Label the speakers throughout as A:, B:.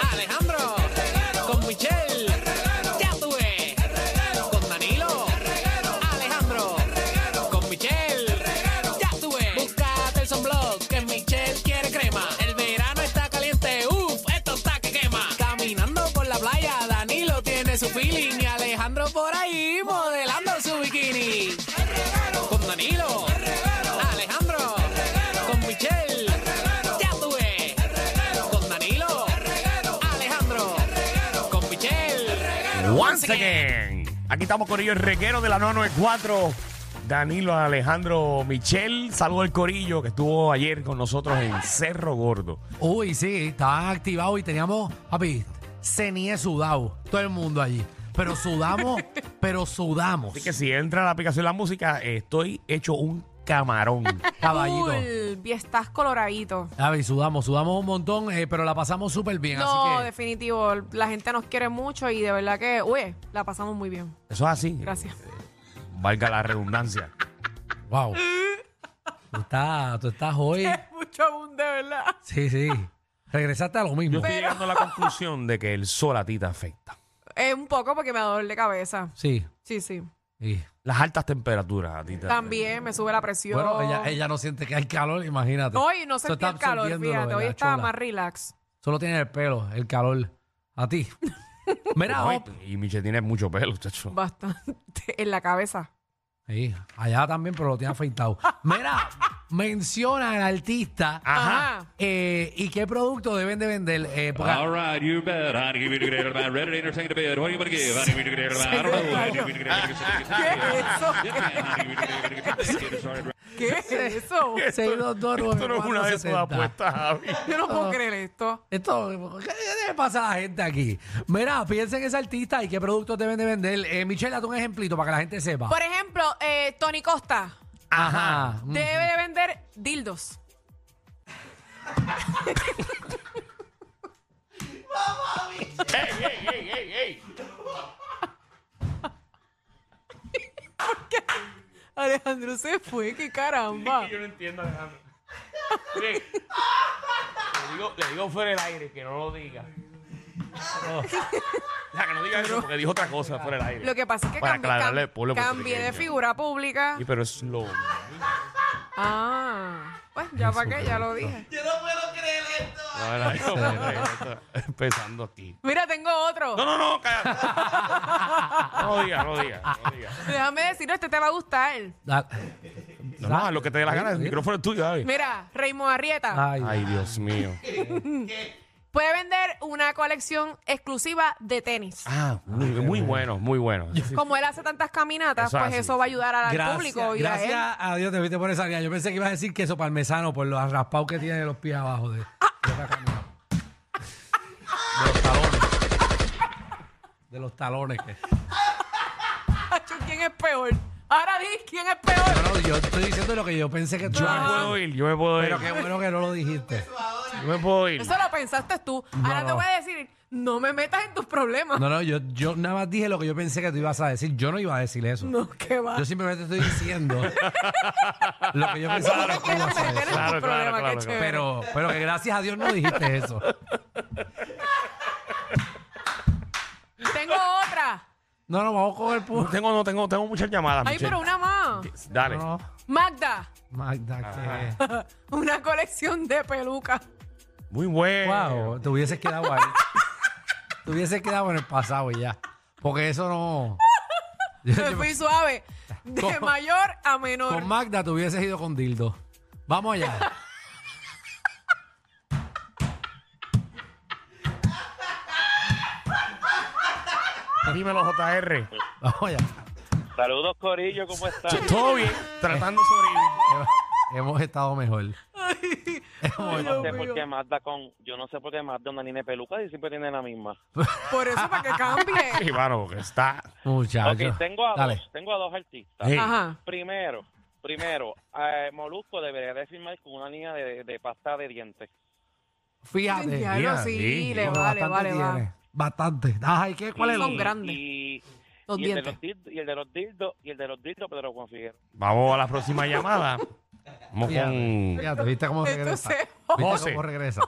A: Alejandro, con Michelle, ya tuve, con Danilo, Alejandro, con Michelle, ya tuve, búscate el sunblock, que Michelle quiere crema, el verano está caliente, uff, esto está que quema, caminando por la playa, Danilo tiene su feeling y Alejandro por ahí modelando su bikini, con Danilo, Alejandro, con Michelle, ya tuve, con Danilo, Alejandro, con Michelle,
B: Once again. Aquí estamos Corillo, el reguero de la 994. Danilo Alejandro Michel, saludo al Corillo que estuvo ayer con nosotros en Cerro Gordo.
C: Uy, sí, estaban activados y teníamos, papi, nie sudado, todo el mundo allí. Pero sudamos, pero sudamos.
B: Así que si entra la aplicación de la música, eh, estoy hecho un camarón.
C: Caballito.
D: Full, y estás coloradito.
C: Papi, sudamos, sudamos un montón, eh, pero la pasamos súper bien.
D: No,
C: así que
D: definitivo. La gente nos quiere mucho y de verdad que, uy, la pasamos muy bien.
B: Eso es así.
D: Gracias.
B: Valga la redundancia.
C: wow. Tú estás, tú estás hoy.
D: Mucho abunde, ¿verdad?
C: Sí, sí. Regresaste a lo
B: Yo
C: mismo.
B: estoy llegando a la conclusión de que el sol a ti te afecta.
D: Eh, un poco porque me da dolor de cabeza.
C: Sí.
D: Sí, sí.
C: sí.
B: Las altas temperaturas a ti te
D: También me sube la presión.
C: Bueno, ella, ella no siente que hay calor, imagínate.
D: Hoy no
C: Eso
D: sentí
C: está
D: el calor,
C: absorbiéndolo,
D: fíjate. Hoy
C: ¿verdad,
D: estaba
C: chola?
D: más relax.
C: Solo tiene el pelo, el calor. A ti. Mira,
B: Ay,
C: op-
B: y Michel tiene mucho pelo, chacho.
D: Bastante en la cabeza.
C: Sí, allá también, pero lo tiene afeitado. Mira, menciona al artista
B: Ajá.
C: eh, y qué producto deben de vender. eh, porque-
E: All right, you bet. How do you mean to get out of bed? Ready to entertain the bed. What do you want to give? How do you mean to get out of bed? I don't know. How do you mean to get out of bed?
D: ¿Qué es eso?
E: How do you mean to get out of bed? Sorry,
D: ¿Qué es eso?
B: Esto no es una de esas
C: 622-9470.
B: apuestas, Javi.
D: Yo no puedo creer esto.
C: Esto, ¿qué le pasa a la gente aquí? Mira, piensen en ese artista y qué productos deben de vender. Eh, Michelle, date un ejemplito para que la gente sepa.
B: Pues,
D: Por ejemplo, eh, Tony Costa
C: Ajá. Mm.
D: debe de vender dildos. Alejandro se fue, qué caramba.
B: Yo no entiendo, Alejandro. Mire, le, digo, le digo fuera del aire que no lo diga. No. Ya, que no diga eso porque dijo otra cosa fuera del aire.
D: Lo que pasa es que
B: Para
D: cambié,
B: aclararle al pueblo
D: cam- cambié de
B: puertorriqueño.
D: figura pública.
B: Sí, pero es lo.
D: Ah, pues ya para qué, ya lo dije.
B: Ahora, empezando aquí.
D: Mira, tengo otro.
B: No, no, no, cállate. No diga, no diga, no diga.
D: Déjame decirlo, este te va a gustar.
C: Da-
B: No, no, haz lo que te dé la gana, el micrófono es tuyo, Javi.
D: Mira, Raymond Arrieta
C: Ay,
B: Ay, Dios mío.
D: puede vender una colección exclusiva de tenis.
B: Ah, muy, muy bueno, muy bueno.
D: Como él hace tantas caminatas,
B: Eso es
D: pues
B: así.
D: eso va a ayudar al
C: gracias,
D: público y
C: gracias
D: a él.
C: a Dios te viste por esa línea. Yo pensé que ibas a decir queso parmesano por los raspados que tiene los pies abajo de, de la camisa. De los talones. De los talones. que-
D: Hacho, ¿Quién es peor? Ahora di quién es peor.
C: No, no, yo te estoy diciendo lo que yo pensé que tú
B: Yo
C: ibas
B: me
C: a decir,
B: puedo ir, yo me puedo ir.
C: Pero qué bueno que no lo dijiste.
B: Yo me puedo ir.
D: Eso lo pensaste tú. Ahora
C: No,
D: te
C: no.
D: voy a decir, no me metas en tus problemas.
C: No, no, yo, yo nada más dije lo que yo pensé que tú ibas a decir. Yo no iba a decir eso.
D: No, qué va.
C: Yo simplemente estoy diciendo lo que yo pensaba
D: no me
C: que tú
D: quiero
C: ibas a
D: meter en
B: Claro,
C: decir.
B: claro,
D: tus problemas,
B: claro,
D: este
B: claro.
D: qué chévere.
C: Pero, pero que gracias a Dios no dijiste eso.
D: Tengo otra.
C: No, no, vamos con el
B: No
C: punto.
B: tengo, no tengo, tengo muchas llamadas.
D: Ay,
B: Michelle.
D: pero una más.
B: Dale.
C: No,
D: Magda,
C: Magda, que...
D: una colección de pelucas.
B: Muy bueno.
C: Wow, te hubieses quedado ahí. te hubieses quedado en el pasado y ya. Porque eso no...
D: Me fui suave. De
C: Con-
D: mayor a menor.
C: Con Magda te hubieses ido con dildo. Vamos allá.
B: Dímelo, JR.
C: Vamos allá.
F: Saludos Corillo, ¿cómo están?
B: Todo bien, tratando sobre
C: Hemos estado mejor. Como-
F: Yo no sé
D: Dios
F: por
D: mío.
F: qué Mazda con, yo no sé por qué Mazda una niña de peluca y siempre tiene la misma.
D: Por eso, para que cambie.
B: Sí, mano, que está.
F: Ok,
C: Muchachos.
F: tengo a
C: Dale.
F: dos, tengo a dos artistas.
B: Hey,
D: Ajá.
F: Primero, primero, eh, Molusco debería de firmar con una niña de, de pasta de dientes.
C: Fíjate.
D: Ya,
B: mira,
D: no, sí,
B: sí,
D: le
C: Bueno,
D: vale, vale,
C: tiene.
D: vale.
C: Bastante. Ay, ¿qué? ¿Cuál es
D: Son
C: el-
D: grandes.
F: Y,
D: Los
F: y el de
D: dientes.
F: los dildos, y el de los dildos, y el de los dildos, Pedro Juan Figueroa.
B: vamos a la próxima llamada. Vamos
C: Fíjate,
B: con.
C: fíjate, ¿viste cómo regresa?
D: Entonces,
C: ¿Viste
B: José.
C: cómo regresa?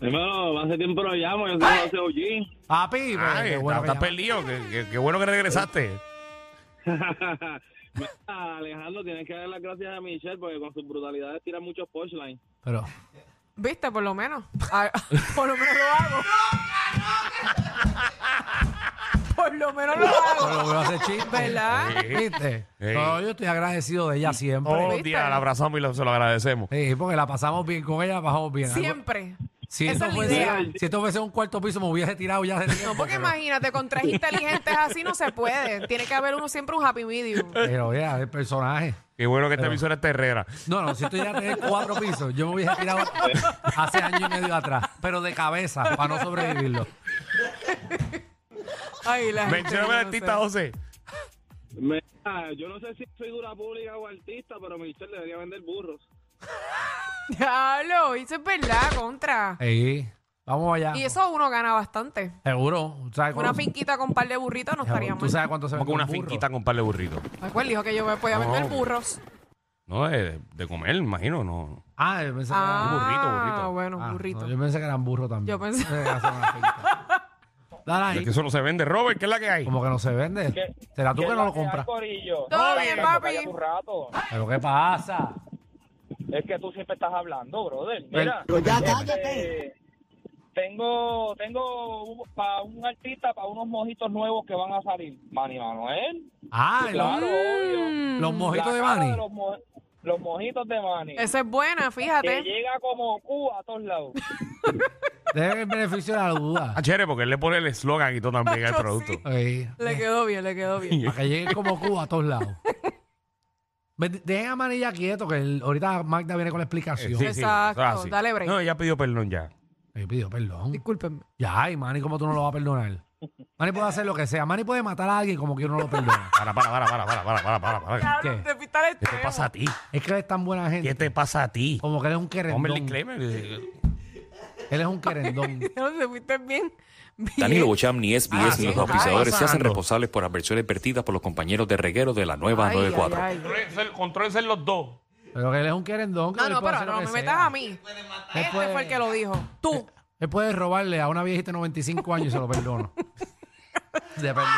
F: Hermano, hace tiempo lo llamo, yo soy José Ollín.
C: Papi, pero
B: Ay,
C: qué
B: está-
C: bueno que
B: estás
C: llama.
B: perdido. que- que- Qué bueno que regresaste.
F: Alejandro, tienes que dar las gracias a Michelle porque con sus brutalidades tira muchos punchlines.
C: Pero,
D: viste, por lo menos. Ah, Por lo menos lo hago. Por lo menos lo
C: pero
D: hago.
C: lo veo hacer chiste.
D: ¿Verdad?
B: Sí.
C: ¿Viste?
B: Sí.
C: No, yo estoy agradecido de ella siempre.
B: Todos los
D: ¿Viste?
B: días la abrazamos y lo- se lo agradecemos.
C: Sí, porque la pasamos bien con ella, la pasamos bien. Algo-
D: Siempre.
C: Si esto,
D: Esa es la
C: fuese,
D: idea.
C: si esto fuese un cuarto piso, me hubiese tirado ya de tiempo.
D: No, porque
C: pero-
D: imagínate, con tres inteligentes así no se puede. Tiene que haber uno siempre un happy medium.
C: Pero ya, el personaje.
B: Qué bueno que esta emisora es terrera.
C: No, no, si esto ya tenés cuatro pisos, yo me hubiese tirado hace año y medio atrás, pero de cabeza, para no sobrevivirlo.
D: Ay, la gente,
B: Mencióname
D: yo
B: al
D: no
B: artista
D: sé.
B: José.
F: Ah, yo no sé si soy dura pública o artista, pero Michelle debería vender burros.
D: Diablo, eso es verdad, contra.
C: Ey, vamos allá.
D: Y eso uno gana bastante.
C: Seguro. ¿Tú sabes
D: Una
C: cuánto-
D: finquita con un par de burritos no estaría
C: ¿Tú
D: mal.
C: sabes cuánto se
B: Vamos
C: vende
B: con una
C: un burro?
B: finquita con un par de burritos.
D: Ay, ¿Cuál dijo que yo me podía
B: No,
D: vender
B: hombre.
D: burros?
B: No, de, de comer, imagino, no.
C: Ah, yo pensé que eran
D: Ah,
C: burros.
B: burrito.
D: bueno,
C: Ah,
D: burrito.
C: no, yo pensé que eran burros también.
D: Yo pensé-
C: que hacían una finca. Dale
B: Es
C: ahí.
B: que eso no se vende. Robert, ¿qué es la que hay?
C: Como que no se vende. Será tú que no lo compras.
D: Todo bien, papi.
F: rato.
C: Pero ¿qué pasa?
F: Es que tú siempre estás hablando, brother.
C: Ven.
F: Mira,
B: Pues
F: eh, tengo, tengo para un artista, para unos mojitos nuevos que van a salir. Manny Manuel.
C: Ah,
F: Sí,
C: y los-
F: claro, obvio.
D: Mm,
C: los mojitos
F: La
C: de
F: cara
C: Bani.
F: Los, mo- los mojitos de Manny.
D: Esa es buena,
F: Que
D: fíjate.
F: llega como Cuba a todos lados.
C: Deben el beneficio de la duda.
B: Ah, chévere, porque él le pone el eslogan y todo también
C: Ah,
B: al
D: Yo
B: producto.
D: sí.
C: Ey,
D: Le quedó bien, le quedó bien.
C: para que lleguen como Cuba a todos lados. Ven, Dejen a Manilla quieto, que el- ahorita Magda viene con la
B: Eh,
C: explicación.
B: sí, sí,
D: Exacto,
B: eso es así.
D: dale break.
B: No, ella pidió perdón ya.
C: Me pidió perdón.
D: Discúlpenme.
C: Ya, y Manny, ¿cómo tú no lo vas a perdonar? Manny puede hacer lo que sea. Manny puede matar a alguien como que yo no lo perdono.
B: Para, para, para, para, para, para, para, para, para.
D: Diablo, te fuiste al
B: ¿Qué te
D: extremo.
B: pasa a ti?
C: Es que él es tan buena
B: ¿Qué
C: gente.
B: te pasa a ti?
C: Como que él es un
B: Hombre, el
C: querendón.
B: disclaimer. eh.
C: Él es un querendón.
D: Diablo, te fuiste bien. bien.
G: Danilo Bocham ni SBS
B: Ah,
G: ni
B: sí,
G: los
B: está
G: auspiciadores se hacen
B: pasando.
G: responsables por adversiones vertidas por los compañeros de reguero de la nueva
D: Ay,
G: 94.
D: ay, ay.
B: Contrólense los dos.
C: Pero que él es un querendón. Que
D: No,
C: él
D: no,
C: puede
D: pero
C: hacer lo
D: no
C: que
D: me
C: sea.
D: metas a mí. Este
C: puede-
D: fue el que lo dijo. Tú.
C: Él puede robarle a una viejita de 95 años y se lo perdono. Depende.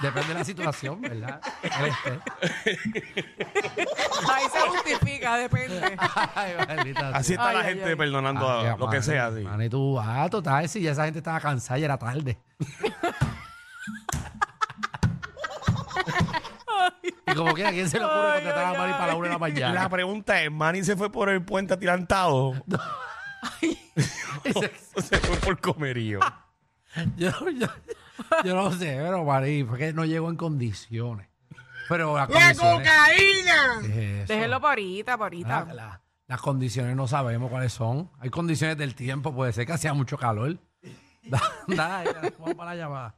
C: Depende de la situación, ¿verdad? Este, Él esté.
D: Ahí se justifica, depende.
B: Ah,
C: Ay, maldita
B: Así
C: sea.
B: está
D: Ay,
B: la
D: ay,
B: gente
D: ay.
B: perdonando
C: Ay,
B: a lo que
C: mano,
B: sea. sí.
C: mano, y tú, ah, total, si ya esa gente estaba cansada y era tarde. y como quiera, ¿quién se le ocurre
D: Ay,
C: contratar
D: ay,
C: a Mari para la una de la
B: La
C: mañana?
B: pregunta es, ¿Manny se fue por el puente atirantado? ¿O se fue por comerío?
C: yo, yo, yo no sé, pero Mari, fue que no llegó en condiciones. Pero las condiciones... cocaína!
D: Déjelo para ahorita, para ahorita.
C: Ah,
B: Ah,
C: las condiciones no sabemos cuáles son. Hay condiciones del tiempo, puede ser que hacía mucho calor. Da- Dale, vamos para la llamada.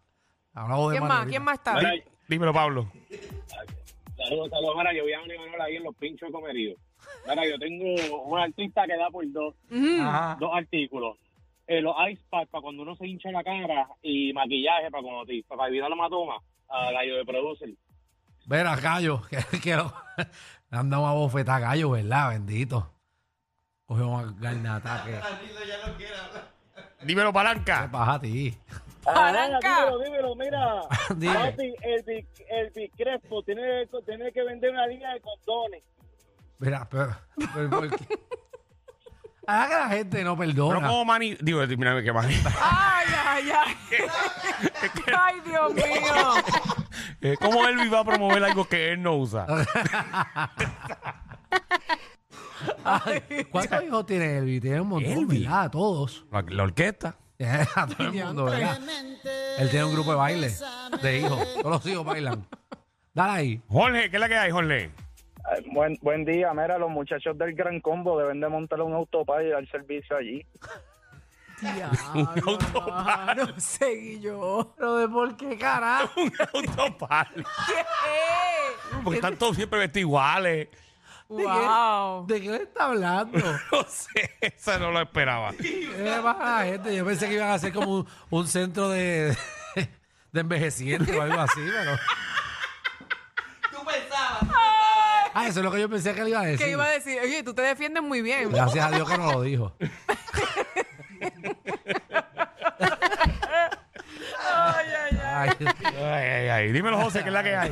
C: Hablamos de
D: ¿Quién
C: Mari
D: más?
C: ahorita.
D: ¿Quién más está?
F: Mira,
B: Dímelo, Pablo.
F: Saludos, saludos. Mira, yo voy a Manny Manuel ahí en los pinchos comeríos. Mira, yo tengo un artista que da por dos,
C: Ajá.
F: dos artículos. Eh, los ice pack para cuando uno se hincha la cara y maquillaje para cuando te, para evitar la matoma a gallo de producer.
C: Ver a Gallo, que, que lo, le han dado una bofetada a Gallo, ¿verdad? Bendito. Cogió una garnata que
B: Dímelo,
C: te
B: Palanca.
C: pasa a ti.
D: Ah, Palanca.
F: Ah, Dímelo, dímelo, mira.
C: Dime.
F: Papi, el, Vic- el Vic Crespo tiene, tiene que vender una línea de condones.
C: Mira, pero, pero ¿por qué? Ah, que la gente no
B: Pero
C: perdona.
B: como Manny... Digo, mira que Manny...
D: Ay, ay, ay. Ay, Dios mío.
B: Eh, ¿Cómo él va a promover algo que él no usa?
C: Ay, ¿Cuántos hijos tiene Elvi? Tiene un montón,
B: Elvi.
C: ¿verdad? A todos.
B: La, la orquesta.
C: A todo el mundo, ¿verdad? Él tiene un grupo de baile de hijos. Todos los hijos bailan. Dale ahí.
B: Jorge, ¿qué es la que hay, Jorge?
F: Eh, Buen, buen día, mira, los muchachos del Gran Combo deben de montar un autopay y dar servicio allí.
D: Diablo, mano, seguí yo. Pero de por qué carajo.
B: Un autopalo.
D: ¿Qué?
B: Porque están todos siempre vestidos iguales.
D: Wow.
C: ¿De qué le está hablando?
B: No sé, eso no lo esperaba.
C: ¿Qué le pasa a la gente? Yo pensé que iban a hacer como un, un centro de, de envejecientes o algo así, pero. Ah, eso es lo que yo pensé que le iba a decir.
D: ¿Qué iba a decir? Oye, tú te defiendes muy bien.
C: Gracias a Dios que no lo dijo.
D: Ay, ay, ay.
C: Ay,
B: Ay, ay, ay. Dímelo, José, que es la que hay.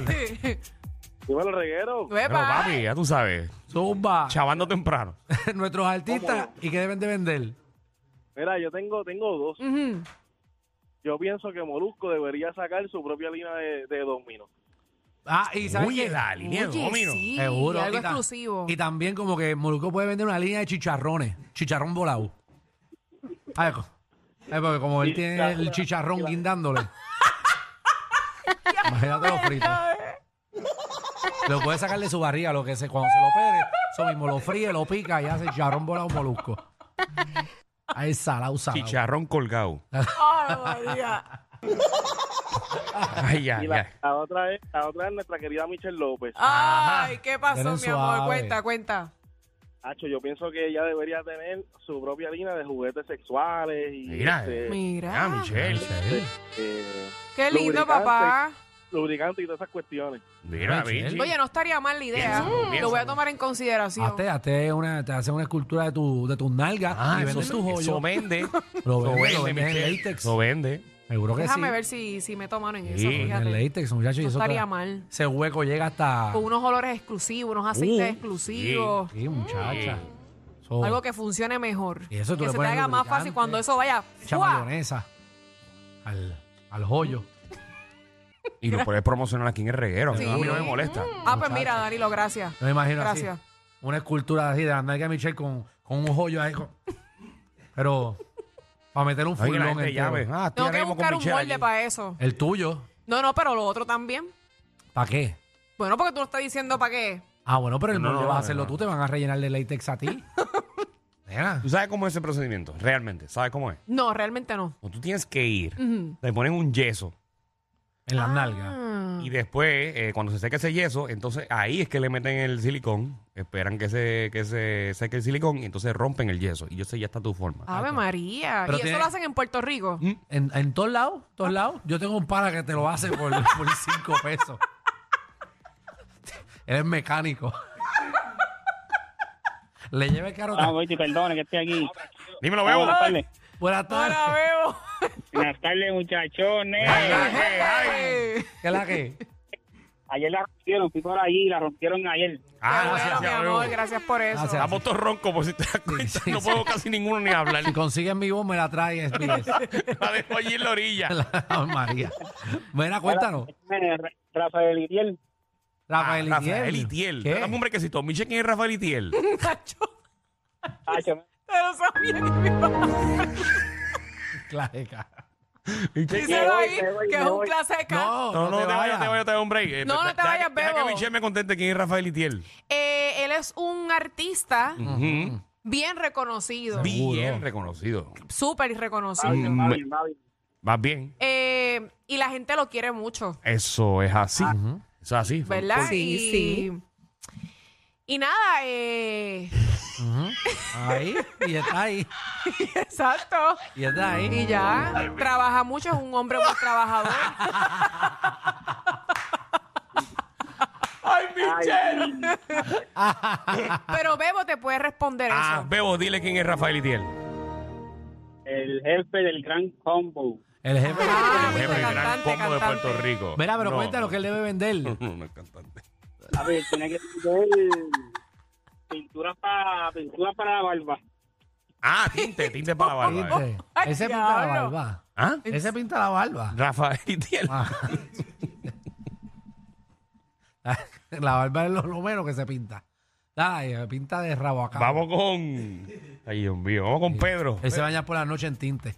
F: Dímelo, reguero.
B: Pero papi, ya tú sabes,
C: zumba.
B: chavando temprano.
C: Nuestros artistas y que deben de vender.
F: Mira, yo tengo, tengo dos. Yo pienso que Molusco debería sacar su propia línea de, de dominos.
C: Ah, y sabes
B: Oye,
C: qué?
B: la línea de
D: Oye,
B: domino.
D: sí,
C: Seguro.
D: algo
C: Y ta-
D: exclusivo.
C: Y también como que Molusco puede vender una línea de chicharrones, chicharrón volado. A ver, co- a ver, porque como él tiene el chicharrón guindándole. Imagínate lo frito. Lo puede sacar de su barriga, lo que se, cuando se lo pere, eso mismo lo fríe, lo pica y hace chicharrón volado molusco. Ahí salado, salado.
B: Chicharrón colgado.
D: Ay, María.
B: Ay, ay, ay.
F: La otra es, la otra es nuestra querida Michelle López.
D: Ah. Ay, ¿qué pasó,
C: Denle
D: mi amor?
C: suave.
D: Cuenta, cuenta.
F: Hacho, yo pienso que ella debería tener su propia línea de juguetes sexuales y
B: Mira.
F: este,
D: Mira.
B: Ah, Michelle.
F: eh,
D: Qué lindo,
F: Lubricante.
D: papá.
F: lubricantes y todas esas cuestiones.
B: Mira,
C: Michelle.
B: Michelle.
D: Oye, no estaría mal la idea.
B: Piénsalo, piénsalo.
D: Lo voy a tomar en consideración.
C: Hazte, hazte una, te hace una escultura de, tu, de tus nalgas
B: Ah,
C: y
B: eso,
C: vendes tus joyos.
B: eso vende.
C: Lo vende,
B: Eso
C: lo vende en
B: Michelle.
C: latex.
B: Lo vende.
C: Seguro que
D: Déjame
C: Pues sí.
D: ver si, si me toman en
B: Sí.
D: eso,
C: En el
D: fíjate.
C: latex, muchachos. y
D: No
C: eso
D: estaría
C: que-
D: mal.
C: Ese hueco llega hasta.
D: Con unos olores exclusivos, unos aceites
B: Uh,
D: exclusivos.
C: Sí, muchacha. Eso-
D: Mm. Algo que funcione mejor.
C: Y eso tú
D: que
C: le
D: se te
C: pones
D: haga más fácil
C: lubricante,
D: cuando eso vaya.
C: Mucha
D: ¡fua!
C: mayonesa. Al, al joyo.
B: Y lo puedes promocionar aquí en el reguero.
D: Sí.
B: A mí no me molesta.
D: Ah, pues mira, Danilo, gracias.
C: Yo me imagino
D: Gracias.
C: así. Una escultura así de la nalga de Michelle con, con un joyo ahí. con- Pero para meter un
B: Ay, que la
C: furlón
B: gente
C: entero.
B: llame. Ah, estoy
D: Tengo
B: ahora
D: que
B: mismo con
D: buscar un
B: Michelle
D: molde
B: aquí.
D: para eso.
C: El tuyo.
D: No, no, pero lo otro también.
C: ¿Para qué?
D: Bueno, porque tú lo estás diciendo para qué.
C: Ah, bueno, pero el
B: No,
C: molde
B: no,
C: vas a
B: no,
C: hacerlo
B: no.
C: tú. Te van a rellenar de latex a ti. Nena.
B: Tú sabes cómo es ese procedimiento, realmente. ¿Sabes cómo es?
D: No, realmente no.
B: Cuando tú tienes que ir, te ponen un yeso.
C: En
D: Ah.
C: las nalgas.
B: Y
D: Mm.
B: después, eh, cuando se seque ese yeso, entonces ahí es que le meten el silicón. Esperan que se, que se seque el silicón y entonces rompen el yeso. Y yo sé, ya está tu forma.
D: Ave María.
C: Pero
D: y
C: tiene-
D: eso lo hacen en Puerto Rico.
C: En, en todos lados, todos lados. Yo tengo un para que te lo hace por, por cinco pesos. Eres mecánico. Le lleve el carro.
H: Ah, Goiti, perdone que esté aquí.
B: Dímelo,
H: Ah,
B: veo.
D: Oh,
H: buenas tardes.
C: Buenas
D: Ahora
C: tardes.
D: veo.
H: Buenas tardes, muchachones.
D: Eh,
C: ¿Qué es la que?
H: Ayer la rompieron, fui por allí, la rompieron ayer.
B: Ah,
D: bueno,
B: gracias,
D: mi
B: veo.
D: amor, gracias por eso.
C: Gracias.
B: Estamos todos roncos, por si te das cuenta.
C: Sí, sí,
B: no
C: sí.
B: puedo casi ninguno ni hablar.
C: Si consigues mi voz, me la traes.
B: La dejo allí en la orilla.
C: María. Mira, cuéntanos.
H: Eh, Ra- Rafael Itiel.
C: Rafael Itiel.
B: Ah, Rafael Itiel.
C: ¿Qué?
B: Dame un brequecito. Miche, ¿quién es Rafael Itiel?
D: Nacho,
H: Hacho,
D: te lo sabía que me iba a-
C: Clasica.
D: Díselo ahí,
H: me voy,
D: que
H: me
D: es un
H: voy.
D: clase de ca-
C: No,
B: No, no, te vayas, te vayas, te doy un break. Eh,
D: No, no te
B: deja-
D: vayas,
B: deja
D: Bebo.
B: que Michelle me contente quién es Rafael Itiel.
D: Eh, él es un artista
B: Ujú.
D: bien reconocido,
B: Bien reconocido.
D: súper reconocido.
H: Mavi, Mavi, Mavi.
B: Más bien.
D: Eh, y la gente lo quiere mucho,
B: Eso es así.
C: Ah.
B: Eso es así.
D: ¿verdad?
I: Sí,
D: y,
I: sí.
D: Y nada, eh,
C: Ahí. Y está ahí.
D: exacto.
C: Y está ahí.
D: Y ya, trabaja mucho, es un hombre muy trabajador.
B: ¡Ay, Michelle!
D: Pero Bebo te puede responder
B: Ah,
D: eso.
B: Bebo, dile quién es Rafael Itiel.
H: El jefe del gran combo.
C: El jefe.
D: Ah,
B: el jefe del
D: mira,
B: gran
D: cantante,
B: combo de
D: cantante.
B: Puerto Rico.
C: Mira, pero
B: No,
C: cuéntanos que él debe vender.
B: No, no es cantante.
H: A ver, tiene que tener pintura para pintura para la barba.
B: Ah, tinte, tinte para la barba. eh.
C: ¿Viste? Ese pinta la
D: diablo.
C: barba.
B: ¿Ah?
C: Ese pinta la barba.
B: Rafael Itiel.
C: Ah. la barba es lo, lo menos que se pinta. Ay, me pinta de rabo acá.
B: Vamos con. Ay, Dios mío. Vamos con Pedro.
C: Él se baña por la noche en tinte.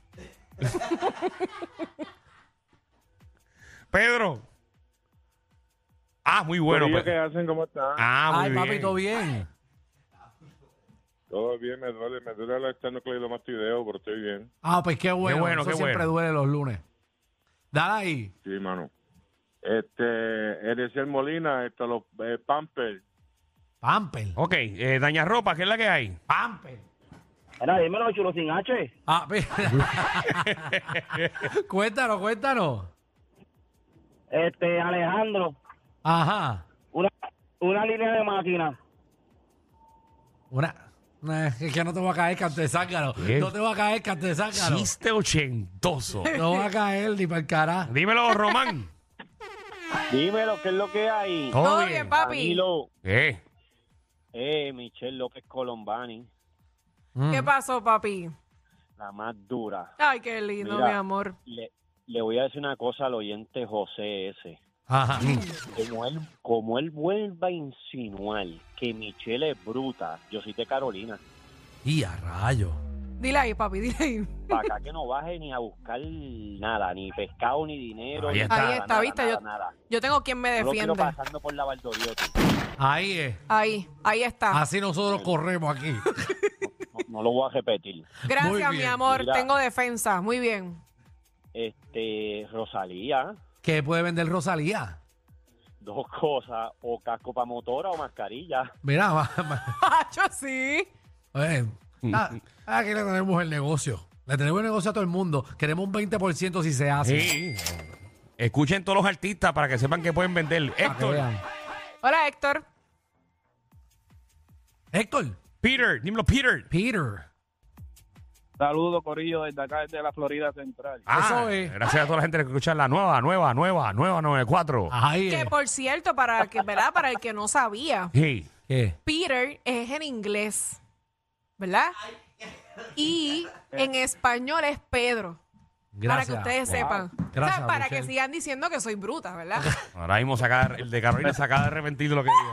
B: Pedro. Ah, muy bueno.
I: Corillo,
B: pues.
I: ¿qué hacen? ¿Cómo están?
B: Ah, muy
C: Ay,
B: bien.
C: papi, todo bien.
I: Todo bien, me duele, me duele la esternocleidomastoideo, pero estoy bien.
C: Ah, pues qué bueno.
B: bueno,
C: Eso
B: qué
C: siempre
B: bueno.
C: duele los lunes. Dale ahí.
I: Sí, mano. Este, Eliezer Molina, esto, los eh, Pampers.
C: Pamper.
B: Ok, eh, daña ropa, ¿qué es la que hay?
C: Pamper.
H: Era, dímelo, chulo sin H.
C: Ah, cuéntanos, cuéntanos.
H: Este, Alejandro,
C: Ajá.
H: una, una línea de máquina.
C: Una. Nah, es que no te va a caer, cantezángaro.
B: ¿Qué?
C: No te va a caer, cantezángaro.
B: Chiste ochentoso.
C: No va a caer ni para el carajo.
B: Dímelo, Román.
H: Dímelo, ¿qué es lo que hay?
B: Todo
D: Todo bien,
B: bien.
D: papi.
H: Danilo,
B: ¿Qué?
H: eh, Michelle López Colombani,
C: Mm.
D: ¿Qué pasó, papi?
H: la más dura.
D: Ay, qué lindo,
H: Mira.
D: mi amor.
H: Le, le voy a decir una cosa al oyente José ese.
C: Ajá.
H: Como él, como él vuelva a insinuar que Michelle es bruta, yo soy de Carolina.
C: Y a rayo.
D: Dile ahí, papi, dile ahí.
H: Para acá que no baje ni a buscar nada, ni pescado, ni dinero.
B: Ahí
H: ni
B: está.
H: nada,
D: Ahí está,
H: nada,
D: ¿viste?
H: nada,
D: Yo-
H: nada.
D: Yo tengo quien me
H: No lo quiero
D: defiende.
H: pasando por la Valdoriotti.
C: Ahí es.
D: Ahí, ahí está.
C: Así nosotros corremos aquí.
H: No, no lo voy a repetir.
C: muy
D: Gracias, mi
C: bien.
D: amor.
H: Mira.
D: Tengo defensa. Muy bien.
H: Este, Rosalía,
C: ¿Qué puede vender Rosalía?
H: dos cosas, o casco para motora o mascarilla.
C: Mira, va- va-
D: Pacho, sí.
C: eh, ah, aquí le tenemos el negocio. Le tenemos el negocio a todo el mundo. Queremos un 20% si se hace.
B: Sí. Escuchen todos los artistas para que sepan que pueden vender.
C: Para que
B: Héctor,
C: vean.
D: Hola, Héctor.
C: Héctor,
B: Peter, dímelo, Peter.
C: Peter.
F: Saludos, Corillo, desde acá, desde la Florida Central.
C: Eso es.
B: Ah, Gracias a toda la gente que escucha la nueva, nueva, nueva, nueva 94.
C: Ahí
D: Que
C: es.
D: por cierto, para que, ¿verdad? Para el que no sabía,
B: Sí.
C: ¿Qué?
D: Peter es en inglés, ¿verdad? Y en español es Pedro.
C: Gracias.
D: Para que ustedes sepan. O sea,
C: Gracias,
D: para
C: Michelle.
D: que sigan diciendo que soy bruta, ¿verdad?
B: Ahora mismo sacar el de Carolina saca de arrepentido lo que digo.